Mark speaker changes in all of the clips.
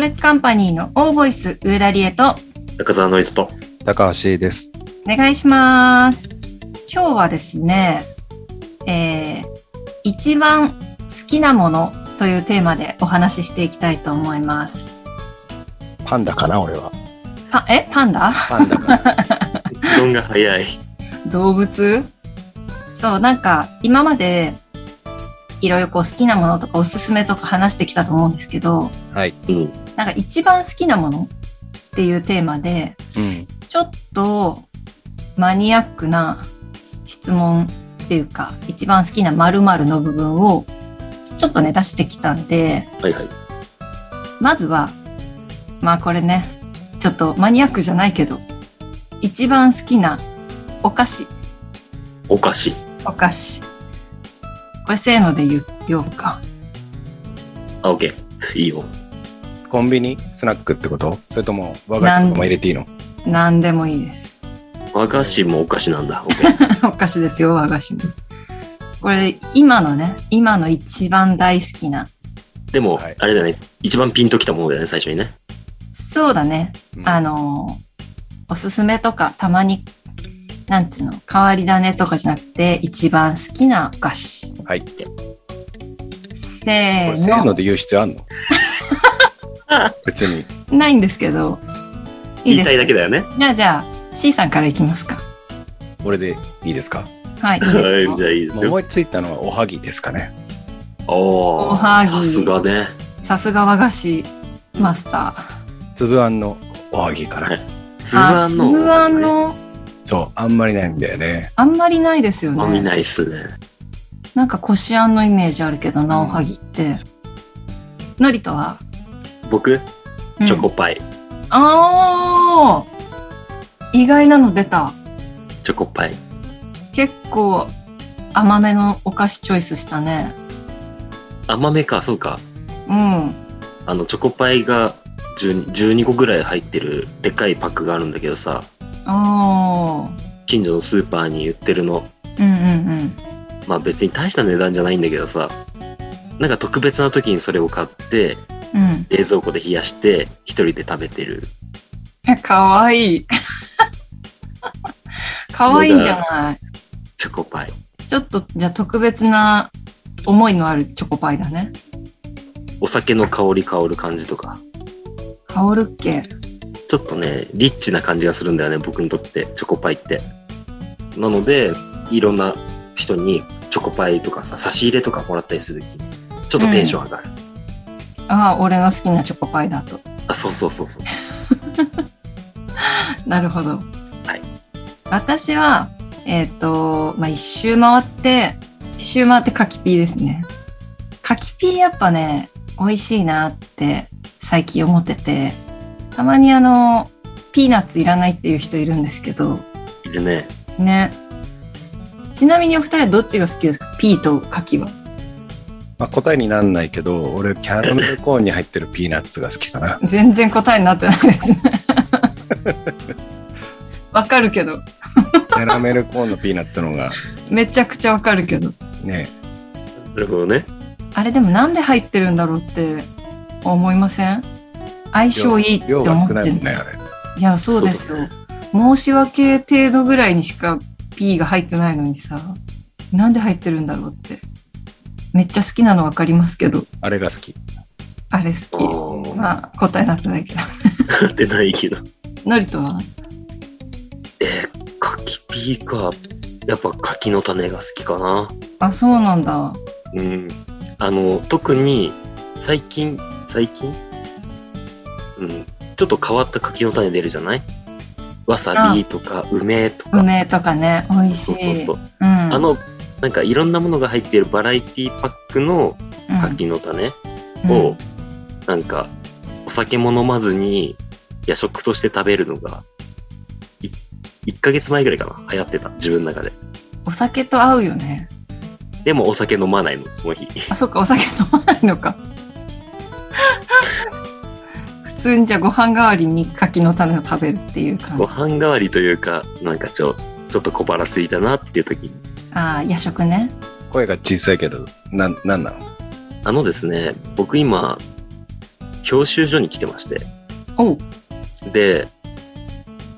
Speaker 1: 列カンパニーのオーボイス上田理恵と
Speaker 2: 中澤のりと。
Speaker 3: 高橋です。
Speaker 1: お願いします。今日はですね、えー、一番好きなものというテーマでお話ししていきたいと思います。
Speaker 3: パンダかな、俺は。
Speaker 1: パえ、パンダ
Speaker 3: パンダかな。
Speaker 2: 結論が早い。
Speaker 1: 動物そう、なんか今までいろいろこう好きなものとかおすすめとか話してきたと思うんですけど、
Speaker 3: はい。
Speaker 2: うん。
Speaker 1: なんか一番好きなものっていうテーマで、
Speaker 3: うん。
Speaker 1: ちょっとマニアックな質問っていうか、一番好きな〇〇の部分をちょっとね、出してきたんで、
Speaker 2: はいはい。
Speaker 1: まずは、まあこれね、ちょっとマニアックじゃないけど、一番好きなお菓子。
Speaker 2: お菓子。
Speaker 1: お菓子。これせーので言おうか。
Speaker 2: あ、オッケー。いいよ。
Speaker 3: コンビニスナックってことそれとも、我が家とかも入れていいの
Speaker 1: 何でもいいです。
Speaker 2: 和菓子もお菓子なんだ。オッケー。
Speaker 1: お菓子ですよ、和菓子も。これ、今のね、今の一番大好きな。
Speaker 2: でも、
Speaker 3: はい
Speaker 2: あれだね。一番ピンときたものだよね、最初にね。
Speaker 1: そうだね。あ、のおすすめとかたまになんていうの変わり種とかじゃなくて一番好きなお菓子
Speaker 3: うんはい。こ
Speaker 1: せ
Speaker 3: れ、せ
Speaker 1: ー
Speaker 3: ー
Speaker 1: の
Speaker 3: ので言う必要あん の別に。
Speaker 1: ないんですけどいい
Speaker 2: 言い
Speaker 1: で
Speaker 2: たい
Speaker 1: す
Speaker 2: だけだよね。
Speaker 1: じゃあじゃあ C さんからいきますか
Speaker 3: 俺でいいですか
Speaker 1: はいいい
Speaker 2: は
Speaker 1: です
Speaker 2: い。
Speaker 1: よ
Speaker 2: じゃあいいですよ。
Speaker 3: 思いついたのはおはぎですかね。
Speaker 2: お
Speaker 1: おはぎ
Speaker 2: さすがね。
Speaker 1: さすが和菓子マスタ
Speaker 3: 粒あんのおはぎか
Speaker 2: は。
Speaker 3: ない
Speaker 2: つ
Speaker 1: ーあ
Speaker 2: ぶ
Speaker 1: つ
Speaker 2: の。
Speaker 1: ぶあん。の
Speaker 3: そう、あんまりないんだよね。
Speaker 1: あんまりないですよ
Speaker 2: あ、見
Speaker 1: ね
Speaker 2: ないっすね。
Speaker 1: なんかこしあんのイメージあるけどな
Speaker 3: う
Speaker 1: お
Speaker 3: ん
Speaker 1: はぎってのりとは
Speaker 2: 僕、
Speaker 1: うん
Speaker 2: チョコパイ。
Speaker 1: あー意外なの出た
Speaker 2: チョコパイ。
Speaker 1: 結構甘めのお菓子チョイスしたね
Speaker 2: 甘めか、そうか。
Speaker 1: うん
Speaker 2: あの、チョコパイが10 12個ぐらい入ってる、でかいパックがあるんだけどさ、
Speaker 1: あ
Speaker 2: 近所のスーパーに売ってるの。
Speaker 1: ーうんうんうん
Speaker 2: まあ別に大した値段じゃないんだけどさ、なんか特別な時にそれを買って、
Speaker 1: うん
Speaker 2: 冷蔵庫で冷やして、一人で食べてる。
Speaker 1: え かわいいかわいいんじゃない
Speaker 2: チョコパイ。
Speaker 1: ちょっとじゃあ特別な思いのあるチョコパイだね
Speaker 2: お酒の香り香る感じとか。
Speaker 1: 香るっけ
Speaker 2: ちょっとね、リッチな感じがするんだよね、僕にとって、チョコパイって。なので、いろんな人にチョコパイとかさ、差し入れとかもらったりするときに、ちょっとテンション上がる。
Speaker 1: ああ俺の好きなチョコパイだと
Speaker 2: あ、そうそうそうそう。
Speaker 1: なるほど
Speaker 2: はい
Speaker 1: 私はえっ、とまあ一周回って一周回って柿ピーですね柿ピーやっぱね美味しいなって最近思っててたまにあのピーナッツいらないっていう人いるんですけど
Speaker 2: いるね。
Speaker 1: ねちなみにお二人はどっちが好きですかピーと柿は
Speaker 3: まあ、答えになんないけど、俺、キャラメルコーンに入ってるピーナッツが好き かな。
Speaker 1: 全然答えになってない ですねわかるけど
Speaker 3: キャラメルコーンのピーナッツの方が、
Speaker 1: めちゃくちゃわかるけど
Speaker 3: ね、
Speaker 2: なるほどね。
Speaker 1: あれでもなんで入ってるんだろうって思いません相性いいって
Speaker 3: 量
Speaker 1: 思
Speaker 3: が
Speaker 1: って
Speaker 3: 少
Speaker 1: る
Speaker 3: ないもんね、あれ。
Speaker 1: いやそうです
Speaker 2: そう
Speaker 1: よ
Speaker 2: だね
Speaker 1: 申し訳程度ぐらいにしか P が入ってないのにさなんで入ってるんだろうってめっちゃ好きなの分かりますけど
Speaker 3: あれが好き。
Speaker 1: あれ
Speaker 2: あ
Speaker 1: 好き
Speaker 2: ー
Speaker 1: まあ答えになってないけど
Speaker 2: なってないけど。
Speaker 1: のりとは
Speaker 2: えー、柿ピーか。やっぱ柿の種が好きかな。
Speaker 1: あそうなんだ
Speaker 2: うん。あの、特に、最近、最近うん。ちょっと変わった柿の種出るじゃないわさびとか、梅とか。
Speaker 1: 梅とかね美味し
Speaker 2: そ
Speaker 1: いう
Speaker 2: そうそう。
Speaker 1: うん
Speaker 2: あの、なんかいろんなものが入っているバラエティパックの
Speaker 1: うん
Speaker 2: 柿の種
Speaker 1: うん
Speaker 2: を、なんか、お酒も飲まずに夜食として食べるのが、い1ヶ月前ぐらいかな流行ってた、自分の中で。
Speaker 1: お酒と合うよね
Speaker 2: でもお酒飲まないの、その日。
Speaker 1: あ、そうか、お酒飲まないのか。 普通にじゃあご飯代わりに柿の種を食べるっていう感じ
Speaker 2: ご。飯代わりというか、なんかちょ、ちょっと小腹すいたなっていう時に。
Speaker 1: ああ、夜食ね。
Speaker 3: 声が小さいけど、なん、なんなの
Speaker 2: あのですね、僕今、教習所に来てまして、
Speaker 1: おう
Speaker 2: で、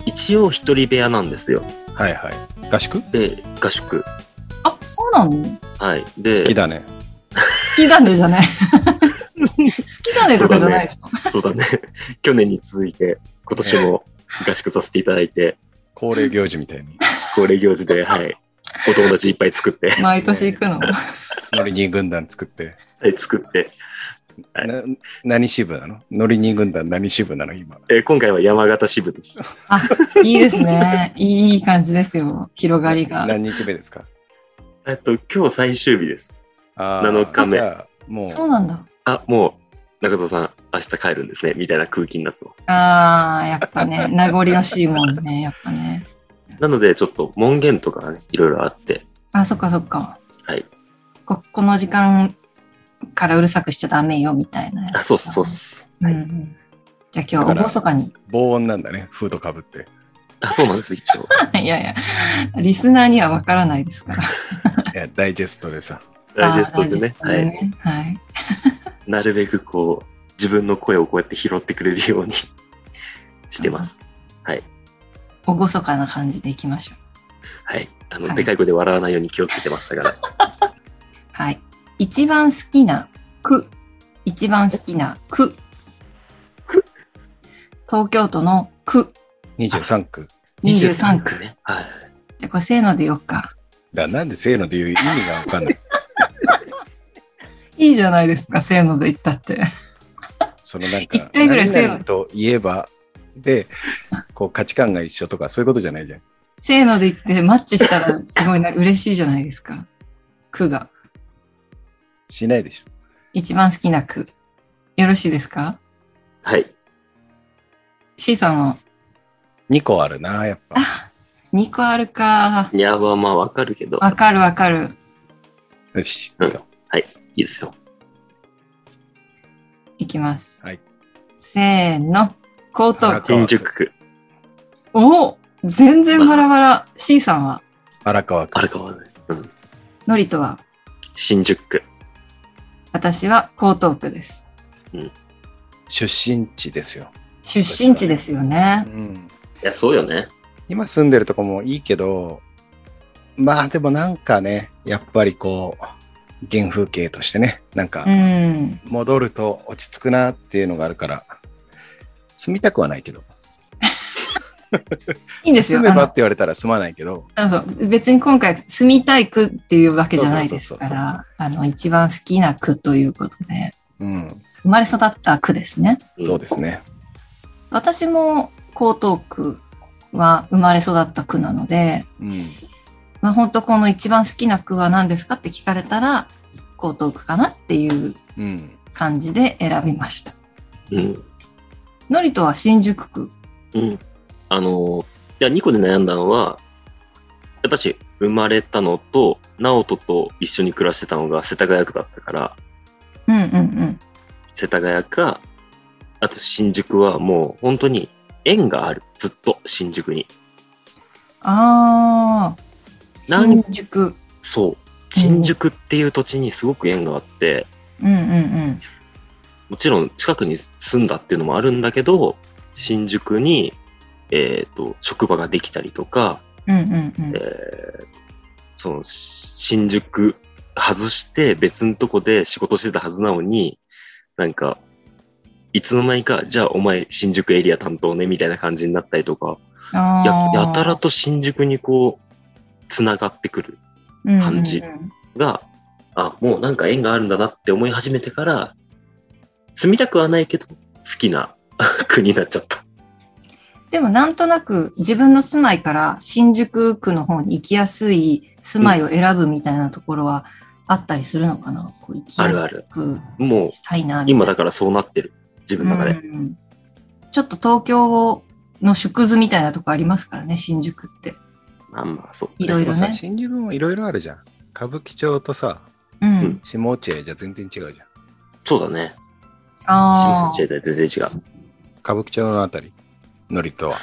Speaker 2: 一応一人部屋なんですよ。
Speaker 3: はいはい。合宿好
Speaker 2: で、合宿。
Speaker 1: あ、そうなの好
Speaker 2: はい。で、
Speaker 3: きだね。
Speaker 1: きだねじゃない。 好きだねとかじゃないでしょ。
Speaker 2: そうだね。 去年に続いて、今年も合宿させていただいて、
Speaker 3: 恒例行事み たいに。
Speaker 2: 恒例行事で、はい。お友達いっぱい作って、
Speaker 1: 毎年行くの。
Speaker 3: 乗り人軍団作って。
Speaker 2: はい作って、はい
Speaker 3: な何支部なの乗り人軍団何支部なの今。
Speaker 2: えー今回は山形支部です。
Speaker 1: いいですね。いい感じですよ。広がりが。
Speaker 3: 何日目ですか
Speaker 2: えっと、今日最終日です。
Speaker 3: あ
Speaker 2: 7日目
Speaker 3: じゃあもう、
Speaker 1: そうなんだ。
Speaker 2: あ、もう、中澤さん、明日帰るんですね、みたいな空気になってます。
Speaker 1: ああ、やっぱね、名残惜しいもんね、やっぱね。
Speaker 2: なので、ちょっと門限とかがね、いろいろあって、
Speaker 1: あ、そっかそっか。
Speaker 2: はい。
Speaker 1: こ、この時間からうるさくしちゃダメよ、みたいなやつ。
Speaker 2: あ、そうっす、そうっす。
Speaker 1: うんうん。じゃあ今
Speaker 3: だか
Speaker 1: 日、
Speaker 3: ら
Speaker 1: おそかに。
Speaker 3: 防音なんだね。フードかぶって。
Speaker 2: あ、そうなんです、一 応。
Speaker 1: いやいや、リスナーにはわからないですから。
Speaker 3: いや、ダイジェストでさ。
Speaker 2: ダイジェストでね、
Speaker 1: あーダイ
Speaker 2: は
Speaker 1: ジェ
Speaker 2: い。
Speaker 1: ストでねはい。
Speaker 2: なるべくこう、自分の声をこうやって拾ってくれるようにしてます。
Speaker 1: おごそかな感じでいきましょう。
Speaker 2: はい。あ
Speaker 1: は
Speaker 2: の、
Speaker 1: い
Speaker 2: でかい声で笑わないように気をつけてましたから。
Speaker 1: はい。一番好きな区。一番好きな区。
Speaker 2: 区
Speaker 1: 東京都の区。
Speaker 3: 23区。
Speaker 1: 23区。
Speaker 2: 区ね。はい。
Speaker 1: じゃあこれせーのでよっか。
Speaker 3: だからなんでせーので言う意味がわかんない。
Speaker 1: いいじゃないですか、せーので言ったって。
Speaker 3: そのな ん
Speaker 1: 一
Speaker 3: か、
Speaker 1: 回ぐらいせーの
Speaker 3: 何々と言えば、で、こう価値観が一緒とか、そういうことじゃないじゃん。
Speaker 1: せーので言ってマッチしたらすごいな嬉しいじゃないですか。区が。
Speaker 3: しないでしょ。
Speaker 1: 一番好きな区。よろしいですか
Speaker 2: はい。
Speaker 1: ?C さんは。
Speaker 3: 2個あるな、やっぱ。
Speaker 1: あ、2個あるか。
Speaker 2: いや、まあまあ、わかるけど、
Speaker 1: わかるわかる。
Speaker 3: よし。
Speaker 2: うんいいですよ。
Speaker 1: いきます。
Speaker 3: はい。
Speaker 1: せーの。江東区。
Speaker 3: 川
Speaker 2: 新
Speaker 3: 区
Speaker 2: 宿区、
Speaker 1: おお全然バラバラ。C さんは。
Speaker 3: 荒川
Speaker 2: 荒
Speaker 3: 区。
Speaker 2: 川ね、
Speaker 1: のりとは。
Speaker 2: 新宿区、
Speaker 1: 私は江東区です。
Speaker 3: 出身地ですよ。
Speaker 1: 出身地ですよね。
Speaker 3: うん。
Speaker 2: いや、そうよね。
Speaker 3: 今住んでるとこもいいけど、まあでもなんかね、やっぱりこう、原風景としてね、なんか
Speaker 1: うん。
Speaker 3: 戻ると落ち着くなっていうのがあるから、住みたくはないけど。
Speaker 1: いいんです
Speaker 3: 住
Speaker 1: よ。
Speaker 3: めば
Speaker 1: あ
Speaker 3: って言われたら住まないけど、
Speaker 1: あのそう別に今回住みたい区っていうわけじゃないですか
Speaker 3: そうそう
Speaker 1: ら、あの、一番好きな区ということで、
Speaker 3: うん、
Speaker 1: 生まれ育った区ですね。
Speaker 2: うん
Speaker 3: そうですね。
Speaker 1: 私も江東区は生まれ育った区なので、
Speaker 3: うん。
Speaker 1: まあ本当この一番好きな区は何ですかって聞かれたら、江東区かなっていう
Speaker 3: うん。
Speaker 1: 感じで選びました。
Speaker 2: うん。
Speaker 1: のりとは新宿区。
Speaker 2: うん。あの、いや、2個で悩んだのは、やっぱし、生まれたのと、直人と一緒に暮らしてたのが世田谷区だったから、
Speaker 1: うんうんうん。
Speaker 2: 世田谷か、あと新宿はもう本当に縁がある。ずっと新宿に。
Speaker 1: あー。
Speaker 2: なん
Speaker 1: 新宿。
Speaker 2: そう。新宿っていう土地にすごく縁があって、
Speaker 1: うんうんうん。
Speaker 2: もちろん近くに住んだっていうのもあるんだけど、新宿に、えっ、と、職場ができたりとか、
Speaker 1: うんうんうん
Speaker 2: え。ーその、し新宿外して別のとこで仕事してたはずなのに、なんか、いつの間にか、じゃあお前新宿エリア担当ね、みたいな感じになったりとか、や
Speaker 1: あー
Speaker 2: やたらと新宿にこう、つながってくる感じ
Speaker 1: うんうんうん
Speaker 2: が、あ、もうなんか縁があるんだなって思い始めてから、住みたくはないけど、好きな 国になっちゃった。
Speaker 1: でもなんとなく自分の住まいから新宿区の方に行きやすい住まいを選ぶみたいなところはあったりするのかな、こう行きや
Speaker 2: あ
Speaker 1: す
Speaker 2: る
Speaker 1: く
Speaker 2: もう、
Speaker 1: したいなみたいな
Speaker 2: 今だからそうなってる。自分の中で。
Speaker 1: うんちょっと東京の縮図みたいなとこありますからね、新宿って。
Speaker 2: まあまあ、そう。
Speaker 1: いろい
Speaker 3: で
Speaker 1: ろ
Speaker 3: もさ、
Speaker 1: ね。
Speaker 3: 新宿もいろいろあるじゃん。歌舞伎町とさ、
Speaker 1: うん。
Speaker 2: うん
Speaker 3: 下落合じゃ全然違うじゃん。
Speaker 2: そうだね。
Speaker 1: ああ。
Speaker 2: 新宿で全然違う。
Speaker 3: 歌舞伎町のあたり、のりとは。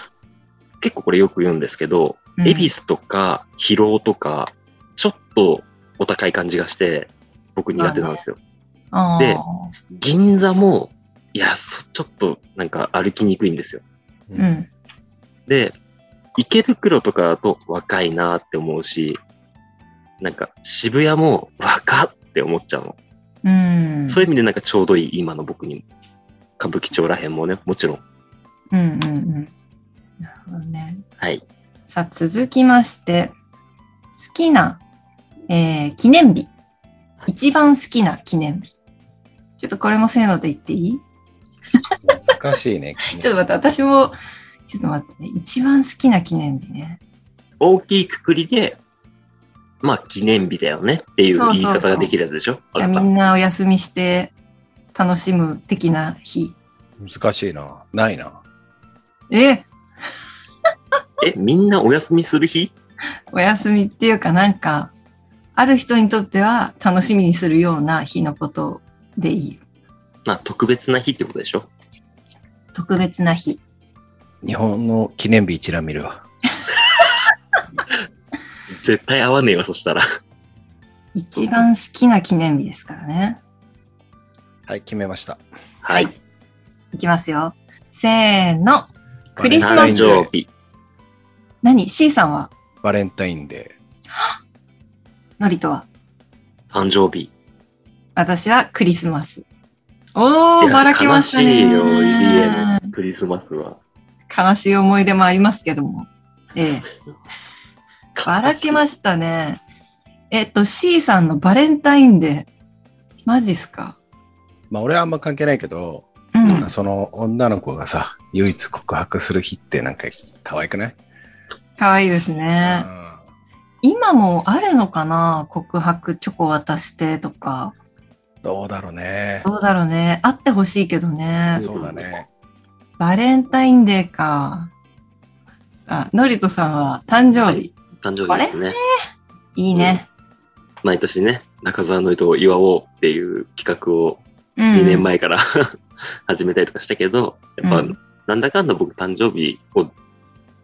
Speaker 2: 結構これよく言うんですけど、
Speaker 1: うん
Speaker 2: 恵比寿とか広尾とか、ちょっとお高い感じがして、僕苦手なんですよ。
Speaker 1: あー
Speaker 2: で銀座もいや、そ、ちょっとなんか歩きにくいんですよ。
Speaker 1: う。ん。
Speaker 2: で、池袋とかだと若いなって思うし、なんか渋谷も若って思っちゃうの。
Speaker 1: うん。
Speaker 2: そういう意味でなんかちょうどいい今の僕にも。歌舞伎町らへんもね、もちろん。
Speaker 1: うんうんうん。なるほどね。
Speaker 2: はい。
Speaker 1: さあ、続きまして、好きな、えー記念日。一番好きな記念日。ちょっとこれもせーので言っていい
Speaker 3: 難しいね。君
Speaker 1: ちょっと待って、私も、ちょっと待ってね。一番好きな記念日ね。
Speaker 2: 大きいくくりで、まあ記念日だよねっていう言い方ができるやつでしょわかっ
Speaker 1: み
Speaker 2: た
Speaker 1: んなお休みして楽しむ的な日。
Speaker 3: 難しいな。ないな。
Speaker 1: え
Speaker 2: え、みんなお休みする日
Speaker 1: お休みっていうかなんか、ある人にとっては楽しみにするような日のことでいい。
Speaker 2: まあ特別な日ってことでしょ
Speaker 1: 特別な日。
Speaker 3: 日本の記念日一覧見るわ。
Speaker 2: 絶対合わねえわ、そしたら。
Speaker 1: 一番好きな記念日ですからね。
Speaker 3: はい、決めました。
Speaker 2: はい。
Speaker 1: いきますよ。せーの。クリスマ
Speaker 2: 誕
Speaker 1: ス。
Speaker 2: 生日。
Speaker 1: 何 ?C さんは
Speaker 3: バレンタインデ
Speaker 1: のりとは
Speaker 2: 誕生日。
Speaker 1: 私はクリスマス。おー、
Speaker 2: いや
Speaker 1: ばらけましたね。
Speaker 2: 悲しいよ、リエのクリスマスは。
Speaker 1: 悲しい思い出もありますけども。ええ。ばらけま
Speaker 2: し
Speaker 1: したね。えっと、C さんのバレンタインデー。マジっすか
Speaker 3: ー。まあ俺はあんま関係ないけど、
Speaker 1: う
Speaker 2: うん
Speaker 1: ん。
Speaker 3: その女の子がさ、唯一告白する日ってなんか可愛くない、
Speaker 1: かわいいですね。今もあるのかな告白チョコ渡してとか。
Speaker 3: うんどうだろうね。
Speaker 1: どうだろうね。あってほしいけどね。
Speaker 3: そうだね。
Speaker 1: バレンタインデーか。あ、ノリトさんは誕生日。、
Speaker 2: はいた。誕生日ですね。
Speaker 1: いね。
Speaker 2: 毎年ね、中澤のりとを祝おうっていう企画を
Speaker 1: うん。
Speaker 2: 2年前から 始めたりとかしたけど、やっ
Speaker 1: う
Speaker 2: ぱ
Speaker 1: ん
Speaker 2: なんだかんだ僕誕生日を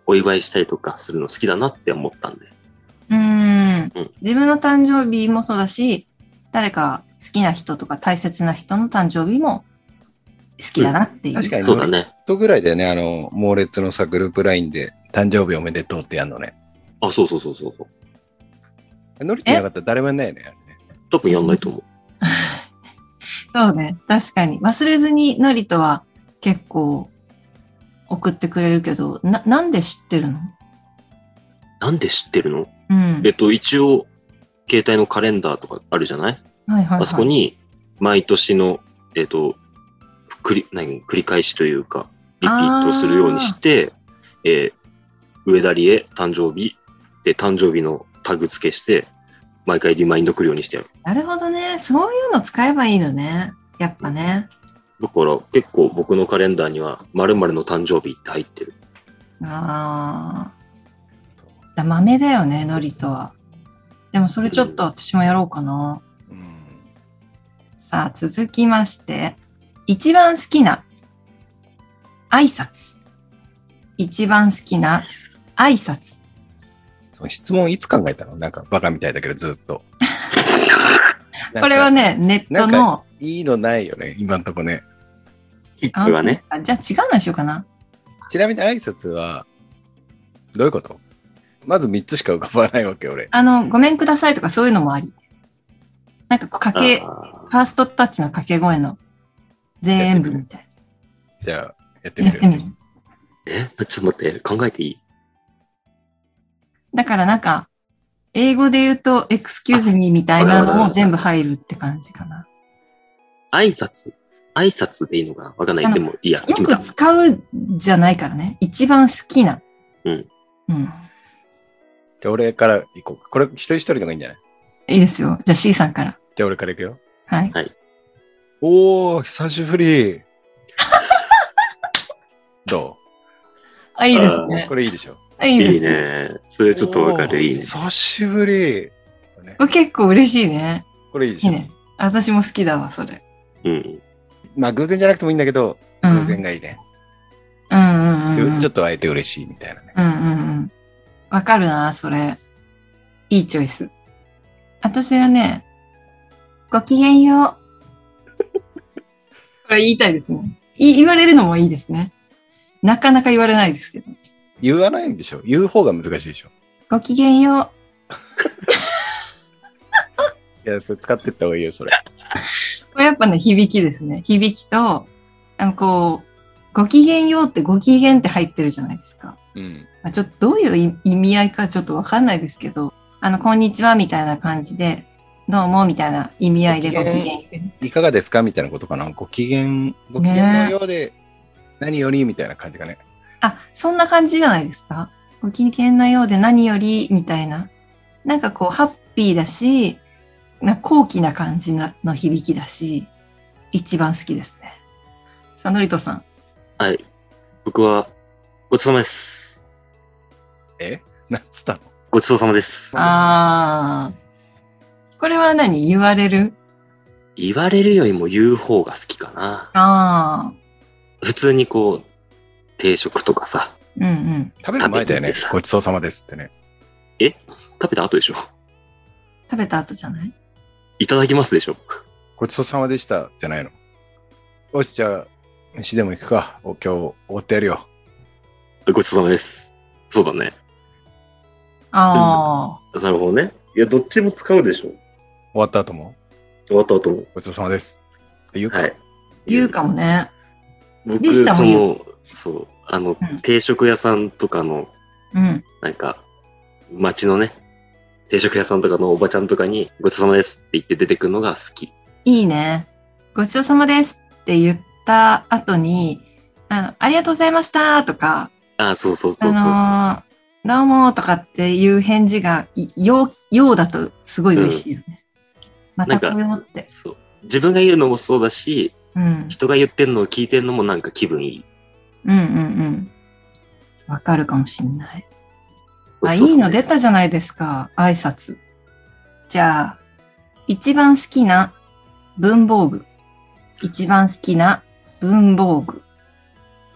Speaker 2: お祝いしたりとかするの好きだなって思ったんで。
Speaker 1: うん
Speaker 2: うん。
Speaker 1: 自分の誕生日もそうだし、誰か好きな人とか大切な人の誕生日も好きだなっていう。
Speaker 3: 確かに、
Speaker 2: そうだね。
Speaker 3: とぐらいだよね、あの、猛烈のさ、グループラインで、誕生日おめでとうってやんのね。
Speaker 2: あ、そうそうそうそうそう。
Speaker 3: ノリてなかったら誰もやんないよね。あれね
Speaker 2: 特にやんないと思う。
Speaker 1: そうね。確かに。忘れずにノリとは結構送ってくれるけど、な、なんで知ってるの
Speaker 2: なんで知ってるの
Speaker 1: うん。
Speaker 2: えっと、一応、携帯のカレンダーとかあるじゃない
Speaker 1: はいはい、はい。
Speaker 2: あそこに、毎年の、えっと、繰り、何、繰り返しというか、リピートするようにして、えー上田理恵誕生日で誕生日のタグ付けして、毎回リマインド来るようにしてやる。
Speaker 1: なるほどね。そういうの使えばいいのね。やっぱね。
Speaker 2: だから結構僕のカレンダーには、〇〇の誕生日って入ってる。
Speaker 1: ああ。だ豆だよね、ノリとは。でもそれちょっと私もやろうかな。
Speaker 3: うん。
Speaker 1: さあ、続きまして。一番好きな挨拶。一番好きな挨拶。
Speaker 3: その質問いつ考えたのなんかバカみたいだけど、ずっと。
Speaker 1: これは
Speaker 3: ね。
Speaker 1: ね、ネット
Speaker 3: なん
Speaker 1: の。
Speaker 3: いいのないよね、今んとこね。
Speaker 2: ヒッ
Speaker 1: あ
Speaker 2: トがね。。
Speaker 1: 本当ですかじゃあ違うのにしようかな。
Speaker 3: ちなみに挨拶は、どういうことまず3つしか浮かばないわけ、俺。
Speaker 1: あの、ごめんくださいとかそういうのもあり。なんかこうかけ、フ
Speaker 2: あー
Speaker 1: ァーストタッチの掛け声の全部みたい
Speaker 3: じゃあ、やって
Speaker 1: な。
Speaker 3: み
Speaker 1: やってみる
Speaker 3: る。。
Speaker 2: えちょっと待って、考えていい
Speaker 1: だからなんか、英語で言うと、excuse me みたいなのも全部入るって感じかな。
Speaker 2: 挨拶挨拶でいいのかなわかんな
Speaker 1: あ
Speaker 2: い。
Speaker 1: の
Speaker 2: でも、いいや、
Speaker 1: よ
Speaker 2: 決め
Speaker 1: く
Speaker 2: た。
Speaker 1: 使うじゃないからね。一番好きな。
Speaker 2: うん。
Speaker 1: うん。
Speaker 3: じゃあ、俺から行こうか。これ、一人一人のがいいんじゃない
Speaker 1: いいですよ。じゃあ C さんから。
Speaker 3: じゃあ、俺から行くよ。
Speaker 1: はい。
Speaker 3: おー、久しぶ り。ど
Speaker 1: あ、いいです
Speaker 3: う
Speaker 1: ね。
Speaker 3: これいいでしょ
Speaker 1: あいいで
Speaker 2: いい
Speaker 1: すね。
Speaker 2: ね。それちょっとわか
Speaker 3: おー
Speaker 2: る。いいね。
Speaker 3: 久しぶり。ね
Speaker 1: これ結構嬉しいね。
Speaker 3: これいい
Speaker 1: 好
Speaker 3: でし
Speaker 1: き
Speaker 3: ょ、
Speaker 1: ね。私も好きだわ、それ。
Speaker 2: うん。
Speaker 3: まあ偶然じゃなくてもいいんだけど、
Speaker 1: うん。
Speaker 3: 偶然がいいね。
Speaker 1: うんうんうんうん。
Speaker 3: ちょっとあえて嬉しいみたいなね。
Speaker 1: うんうんうん。わかるな、それ。いいチョイス。私は ね、ごきげんよう。これ言いたいですね。い言われるのもいいですね。なかなか言われないですけど。
Speaker 3: 言わないんでしょ言う方が難しいでしょ
Speaker 1: ごきげんよ
Speaker 3: いや、それ使ってった方がいいよ、それ。
Speaker 1: う。これやっぱね、響きですね。響きと、あの、こう、ごきげんようってご機嫌って入ってるじゃないですか。
Speaker 3: うん。
Speaker 1: まあ、ちょっとどういう意意味合いかちょっとわかんないですけど、あの、こんにちはみたいな感じで、どうもみたいな意味合いでごき
Speaker 3: ご
Speaker 1: げ
Speaker 3: きげん
Speaker 1: んって。
Speaker 3: いかがですかみたいなことかな。ご機嫌、ご機嫌のようで、何よりみたいな感じがね。
Speaker 1: あ、そんな感じじゃないですか。ご機嫌なようで何よりみたいな。なんかこう、ハッピーだし、な高貴な感じなの響きだし、一番好きですね。さあ、のりとさん。
Speaker 2: はい。僕は、ごちそうさまです。
Speaker 3: え なんつったの
Speaker 2: ごちそうさまです。
Speaker 1: ああ。これは何言われる
Speaker 2: 言われるよりも言う方が好きかな。
Speaker 1: ああ。
Speaker 2: 普通にこう、定食とかさ、
Speaker 1: うんうん。
Speaker 3: 食べる前だよ
Speaker 2: 食べて
Speaker 3: ね
Speaker 2: るさ。
Speaker 3: ごちそうさまですってね。
Speaker 2: 食べた後でしょ。
Speaker 1: 食べた後じゃない
Speaker 2: いただきますでしょ。
Speaker 3: ごちそうさまでしたじゃないの。よし、じゃあ、飯でも行くか。お今日、おごってやるよ。
Speaker 2: ごちそうさまです。そうだね。
Speaker 1: あ
Speaker 2: なるほどね。いや、どっちも使うでしょ。
Speaker 3: 終わった後も、
Speaker 2: 終わった後も。
Speaker 3: ごちそうさまです。って言うか。
Speaker 2: はい。
Speaker 1: あ。言うかもね。
Speaker 2: 僕
Speaker 1: でしたも
Speaker 2: そ
Speaker 1: ん言
Speaker 2: のそうあの、
Speaker 1: うん
Speaker 2: 定食屋さんとかの
Speaker 1: うん。
Speaker 2: なんか街のね定食屋さんとかのおばちゃんとかに「ごちそうさまです」って言って出てくるのが好き
Speaker 1: いいね。ごちそうさまですって言った後に、あの、ありがとうございましたとか、
Speaker 2: あそうそうそうそう、
Speaker 1: あのーどうもとかっていう返事が、いよう、ようだとすごい嬉しいよね。またこうよって。
Speaker 2: そう自分が言うのもそうだし
Speaker 1: うん。
Speaker 2: 人が言ってるのを聞いてるのもなんか気分いい
Speaker 1: うんうんうん。わかるかもしんない。あ、い
Speaker 2: ごちそう
Speaker 1: い
Speaker 2: さま
Speaker 1: の
Speaker 2: で
Speaker 1: 出
Speaker 2: す
Speaker 1: たじゃないですか。挨拶。じゃあ、一番好きな文房具。一番好きな文房具。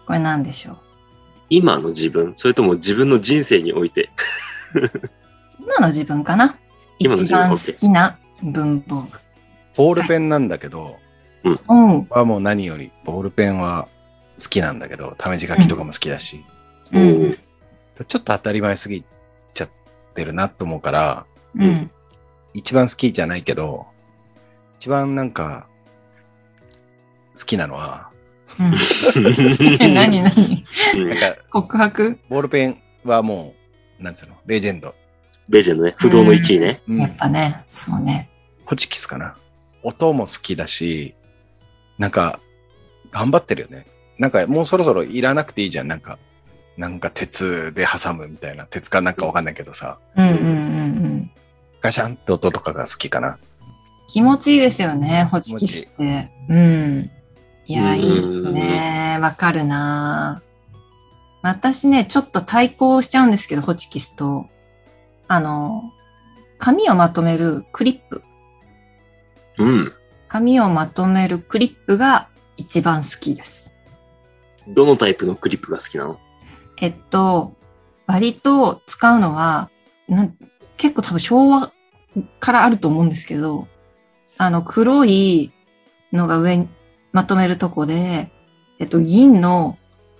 Speaker 1: これ何でしょう
Speaker 2: 今の自分それとも自分の人生におい て
Speaker 1: 今の自分かな
Speaker 2: 今の
Speaker 1: 一
Speaker 2: 自分
Speaker 1: 番好きな文房具。
Speaker 3: ボールペンなんだけど、
Speaker 1: おう
Speaker 3: はもう何より、ボールペンは好きなんだけど、試し書きとかも好きだし、
Speaker 1: うん
Speaker 2: もう
Speaker 3: ちょっと当たり前すぎちゃってるなと思うから、
Speaker 1: うん。
Speaker 3: 一番好きじゃないけど、一番なんか、好きなのは、
Speaker 1: うん、何何
Speaker 2: うん
Speaker 3: なんか、
Speaker 1: 告白
Speaker 3: ボールペンはもう、なんつうの、レジェンド。
Speaker 2: レジェンドね不動の1位ね、
Speaker 3: う
Speaker 1: や
Speaker 3: ん
Speaker 1: っ。ぱね、そうね。
Speaker 3: ホチキスかな。音も好きだし、なんか、頑張ってるよね。なんか、もうそろそろいらなくていいじゃん。なんか、なんか鉄で挟むみたいな。鉄かなんかわかんないけどさ、
Speaker 1: うんうんうんうん。
Speaker 3: ガシャンって音とかが好きかな。
Speaker 1: 気持ちいいですよね、ホチキスって。うん。いや、
Speaker 2: うん
Speaker 1: いいですね。わかるな私ね、ちょっと対抗しちゃうんですけど、ホチキスと。あの、髪をまとめるクリップ。
Speaker 2: うん
Speaker 1: 髪をまとめるクリップが一番好きです。
Speaker 2: どのタイプのクリップが好きなの
Speaker 1: えっと、割と使うのは、なん結構多分昭和からあると思うんですけど、あの黒いのが上にまとめるとこで、えっと銀の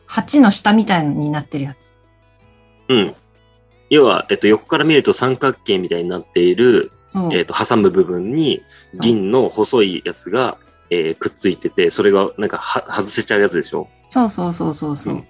Speaker 1: 鉢の下みたいになってるやつ。
Speaker 2: うん要は、えっと、横から見ると三角形みたいになっている
Speaker 1: そう。
Speaker 2: えー、と挟む部分に
Speaker 1: そう
Speaker 2: 銀の細いやつが、えーくっついててそれがなんかは外せちゃうやつでしょ。
Speaker 1: そうそうそうそうそううん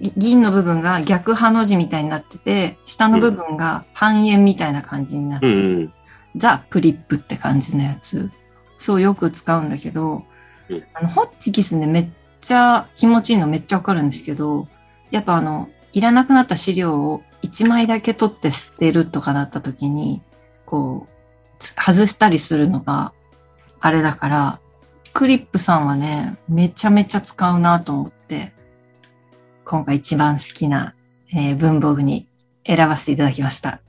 Speaker 1: ぎ銀の部分が逆ハの字みたいになってて、下の部分が半円みたいな感じになって
Speaker 2: うん
Speaker 1: る、
Speaker 2: うん
Speaker 1: ザ・クリップって感じのやつ。そう、よく使うんだけど、
Speaker 2: うん
Speaker 1: あの、ホッチキスね、めっちゃ気持ちいいのめっちゃわかるんですけど、やっぱあの、いらなくなった資料を1枚だけ取って捨てるとかなった時に、こう、つ外したりするのが、あれだから、クリップさんはね、めちゃめちゃ使うなと思って、今回一番好きな、えー文房具に選ばせていただきました。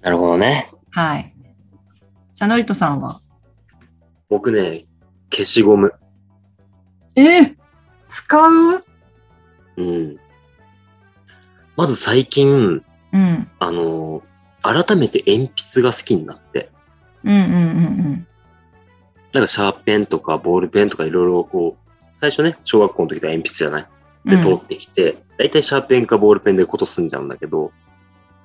Speaker 2: なるほどね
Speaker 1: はい。さのりとさんは
Speaker 2: 僕ね消しゴム
Speaker 1: え使う
Speaker 2: うんまず最近
Speaker 1: うん。
Speaker 2: あのー改めて鉛筆が好きになって
Speaker 1: うんうんうん
Speaker 2: なんかシャーペンとかボールペンとかいろいろこう最初ね、小学校の時では鉛筆じゃない
Speaker 1: うん
Speaker 2: で通ってきて、大体シャーペンかボールペンでこと済んじゃうんだけど、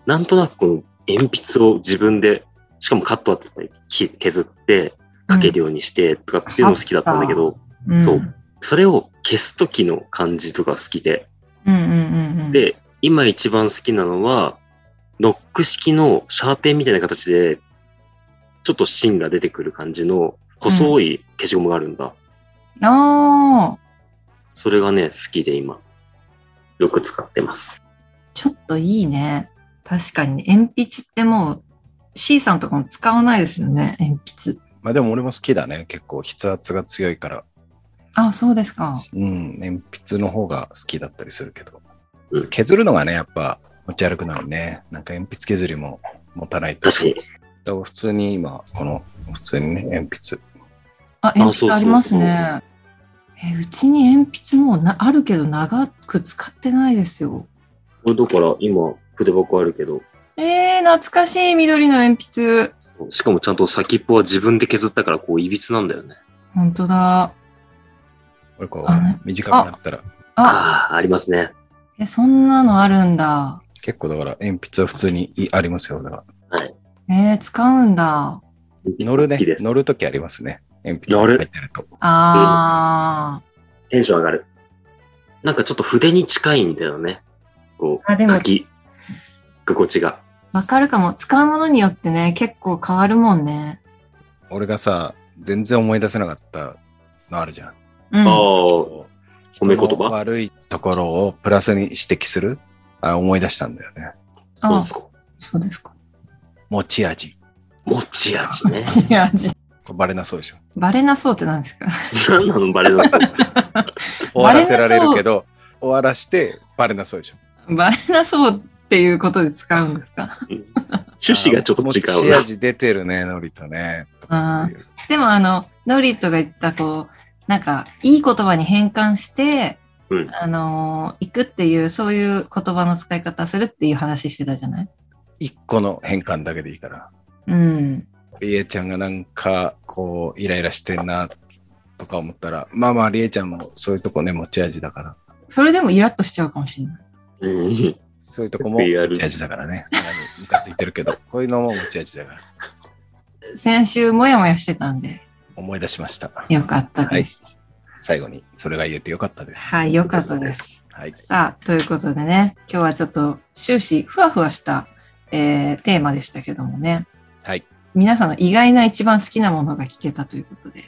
Speaker 2: なんとなくこの鉛筆を自分で、しかもカットだったりき削って、書けるようにしてとかっていうのも好きだったんだけど、
Speaker 1: うん
Speaker 2: そうそれを消す時の感じとか好きで、
Speaker 1: うんうんうんうん。、
Speaker 2: で、今一番好きなのは、ノック式のシャーペンみたいな形で、ちょっと芯が出てくる感じの細い消しゴムがあるんだ。
Speaker 1: ああ、
Speaker 2: それがね、好きで今、よく使ってます。
Speaker 1: ちょっといいね。確かに、鉛筆ってもう、C さんとかも使わないですよね、鉛筆。
Speaker 3: まあでも俺も好きだね。結構筆圧が強いから、
Speaker 1: あ、そうですか。
Speaker 3: うん、鉛筆の方が好きだったりするけど
Speaker 2: うん。
Speaker 3: 削るのがね、やっぱ持ち歩くなのね。なんか鉛筆削りも持たないと。
Speaker 2: 確かに。
Speaker 3: だから普通に今、この、普通にね、鉛筆。
Speaker 1: あ、
Speaker 2: そう
Speaker 1: 鉛筆あります
Speaker 2: そう
Speaker 1: ね。え、うちに鉛筆もうなあるけど、長く使ってないですよ。
Speaker 2: これだから今、筆箱あるけど、
Speaker 1: えー、懐かしい緑の鉛筆。
Speaker 2: しかもちゃんと先っぽは自分で削ったから、こう、いびつなんだよね。
Speaker 1: 本当だ。
Speaker 3: これこ
Speaker 1: あれ
Speaker 3: う、短くなったら、
Speaker 1: あ、
Speaker 2: ああー、ありますね。
Speaker 1: え、そんなのあるんだ。
Speaker 3: 結構だから鉛筆は普通にいありますよ。だから
Speaker 1: えー、使うんだ。
Speaker 3: 乗るね
Speaker 2: 好きで。す
Speaker 3: 乗るときありますね。鉛筆
Speaker 2: 乗る
Speaker 3: 入ってると。
Speaker 1: あ
Speaker 2: テンション上がる。なんかちょっと筆に近いんだよね。こ
Speaker 1: あで
Speaker 2: う、
Speaker 1: も
Speaker 2: 書き心地が。
Speaker 1: ー、わかるかも。使うものによってね、結構変わるもんね。
Speaker 3: 俺がさ、全然思い出せなかったのあるじゃん。
Speaker 1: うん。
Speaker 2: ああ、
Speaker 1: は
Speaker 2: 褒め言
Speaker 3: 人の
Speaker 2: 葉
Speaker 3: 悪いところをプラスに指摘する。あ思い出したんだよね。
Speaker 2: なん
Speaker 1: あ
Speaker 2: ですか
Speaker 1: そうですか。
Speaker 3: 持ち味。
Speaker 2: 持ち味ね。
Speaker 1: 違う違う
Speaker 3: これバレなそうでしょ。
Speaker 1: バレなそうってなんですか
Speaker 2: 何なのバレなそう。
Speaker 3: 終わらせられるけど、終わらしてバレなそうでしょ。
Speaker 1: バレなそうっていうことで使うんですか
Speaker 2: 趣旨がちょっと違
Speaker 3: あ持
Speaker 2: う
Speaker 3: ち
Speaker 2: な。
Speaker 3: 味出てるね、ノリとね。とかっていう
Speaker 1: でもあの、ノリットが言った、こう、なんか、いい言葉に変換して、
Speaker 2: うん
Speaker 1: あのー行くっていう、そういう言葉の使い方するっていう話してたじゃない
Speaker 3: 一個の変換だけでいいから。
Speaker 1: うん。
Speaker 3: りえちゃんがなんかこうイライラしてんなとか思ったらまあまありえちゃんもそういうとこね持ち味だから
Speaker 1: それでもイラッとしちゃうかもしれない。
Speaker 2: うん
Speaker 3: そういうとこも持
Speaker 2: VR
Speaker 3: ち味だからねさらにムカついてるけ どこういうのも持ち味だから
Speaker 1: 先週、もやもやしてたんで、
Speaker 3: 思い出しました
Speaker 1: よかったです。
Speaker 3: 最後にそれが言えてよかったです
Speaker 1: はい、よかったです。
Speaker 3: はい
Speaker 1: さあ、ということでね、今日はちょっと終始ふわふわした、えーテーマでしたけどもね、
Speaker 3: はい
Speaker 1: 皆さんの意外な一番好きなものが聞けたということで、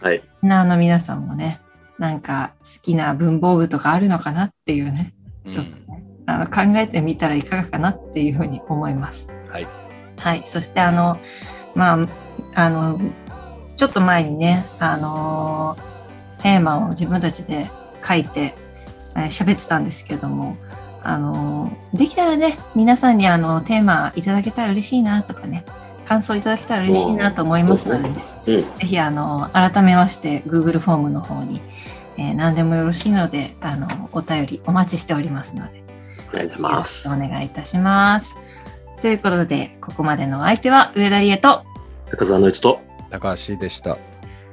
Speaker 2: はい。
Speaker 1: リスナーの皆さんもね、なんか好きな文房具とかあるのかなっていうね、ちょっとね、あの考えてみたらいかがかなっていうふうに思います。
Speaker 3: うんはい
Speaker 1: はい。そして、あの、まあ、あの、ちょっと前にね、あのーテーマを自分たちで書いて、えー喋ってたんですけども、あのーできたらね、皆さんにあの、テーマいただけたら嬉しいなとかね、感想いただけたら嬉しいなと思いますので、ね、
Speaker 2: うん。
Speaker 1: ぜひ、あのー改めまして Google フォームの方に、えー何でもよろしいので、あの、お便りお待ちしておりますので、
Speaker 2: ありがとうござい
Speaker 1: よ
Speaker 2: ま
Speaker 1: ろし
Speaker 2: す
Speaker 1: くお。願いいたします。ということで、ここまでのお相手は上田理恵と、
Speaker 2: 高沢のうちと、
Speaker 3: 高橋でしたさよ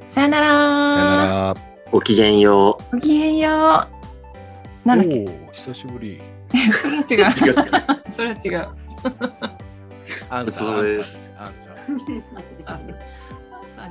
Speaker 1: さよなら
Speaker 3: なら
Speaker 2: ごきげんよう。
Speaker 1: ごきげんよう。なんだっけ
Speaker 3: おー久しぶり
Speaker 1: それは 違
Speaker 2: 違
Speaker 1: う。
Speaker 2: った。
Speaker 1: それは違う。
Speaker 3: アンサ
Speaker 2: ごちそうさま
Speaker 3: ー
Speaker 2: で
Speaker 3: アンサーアンサー
Speaker 1: さあさあ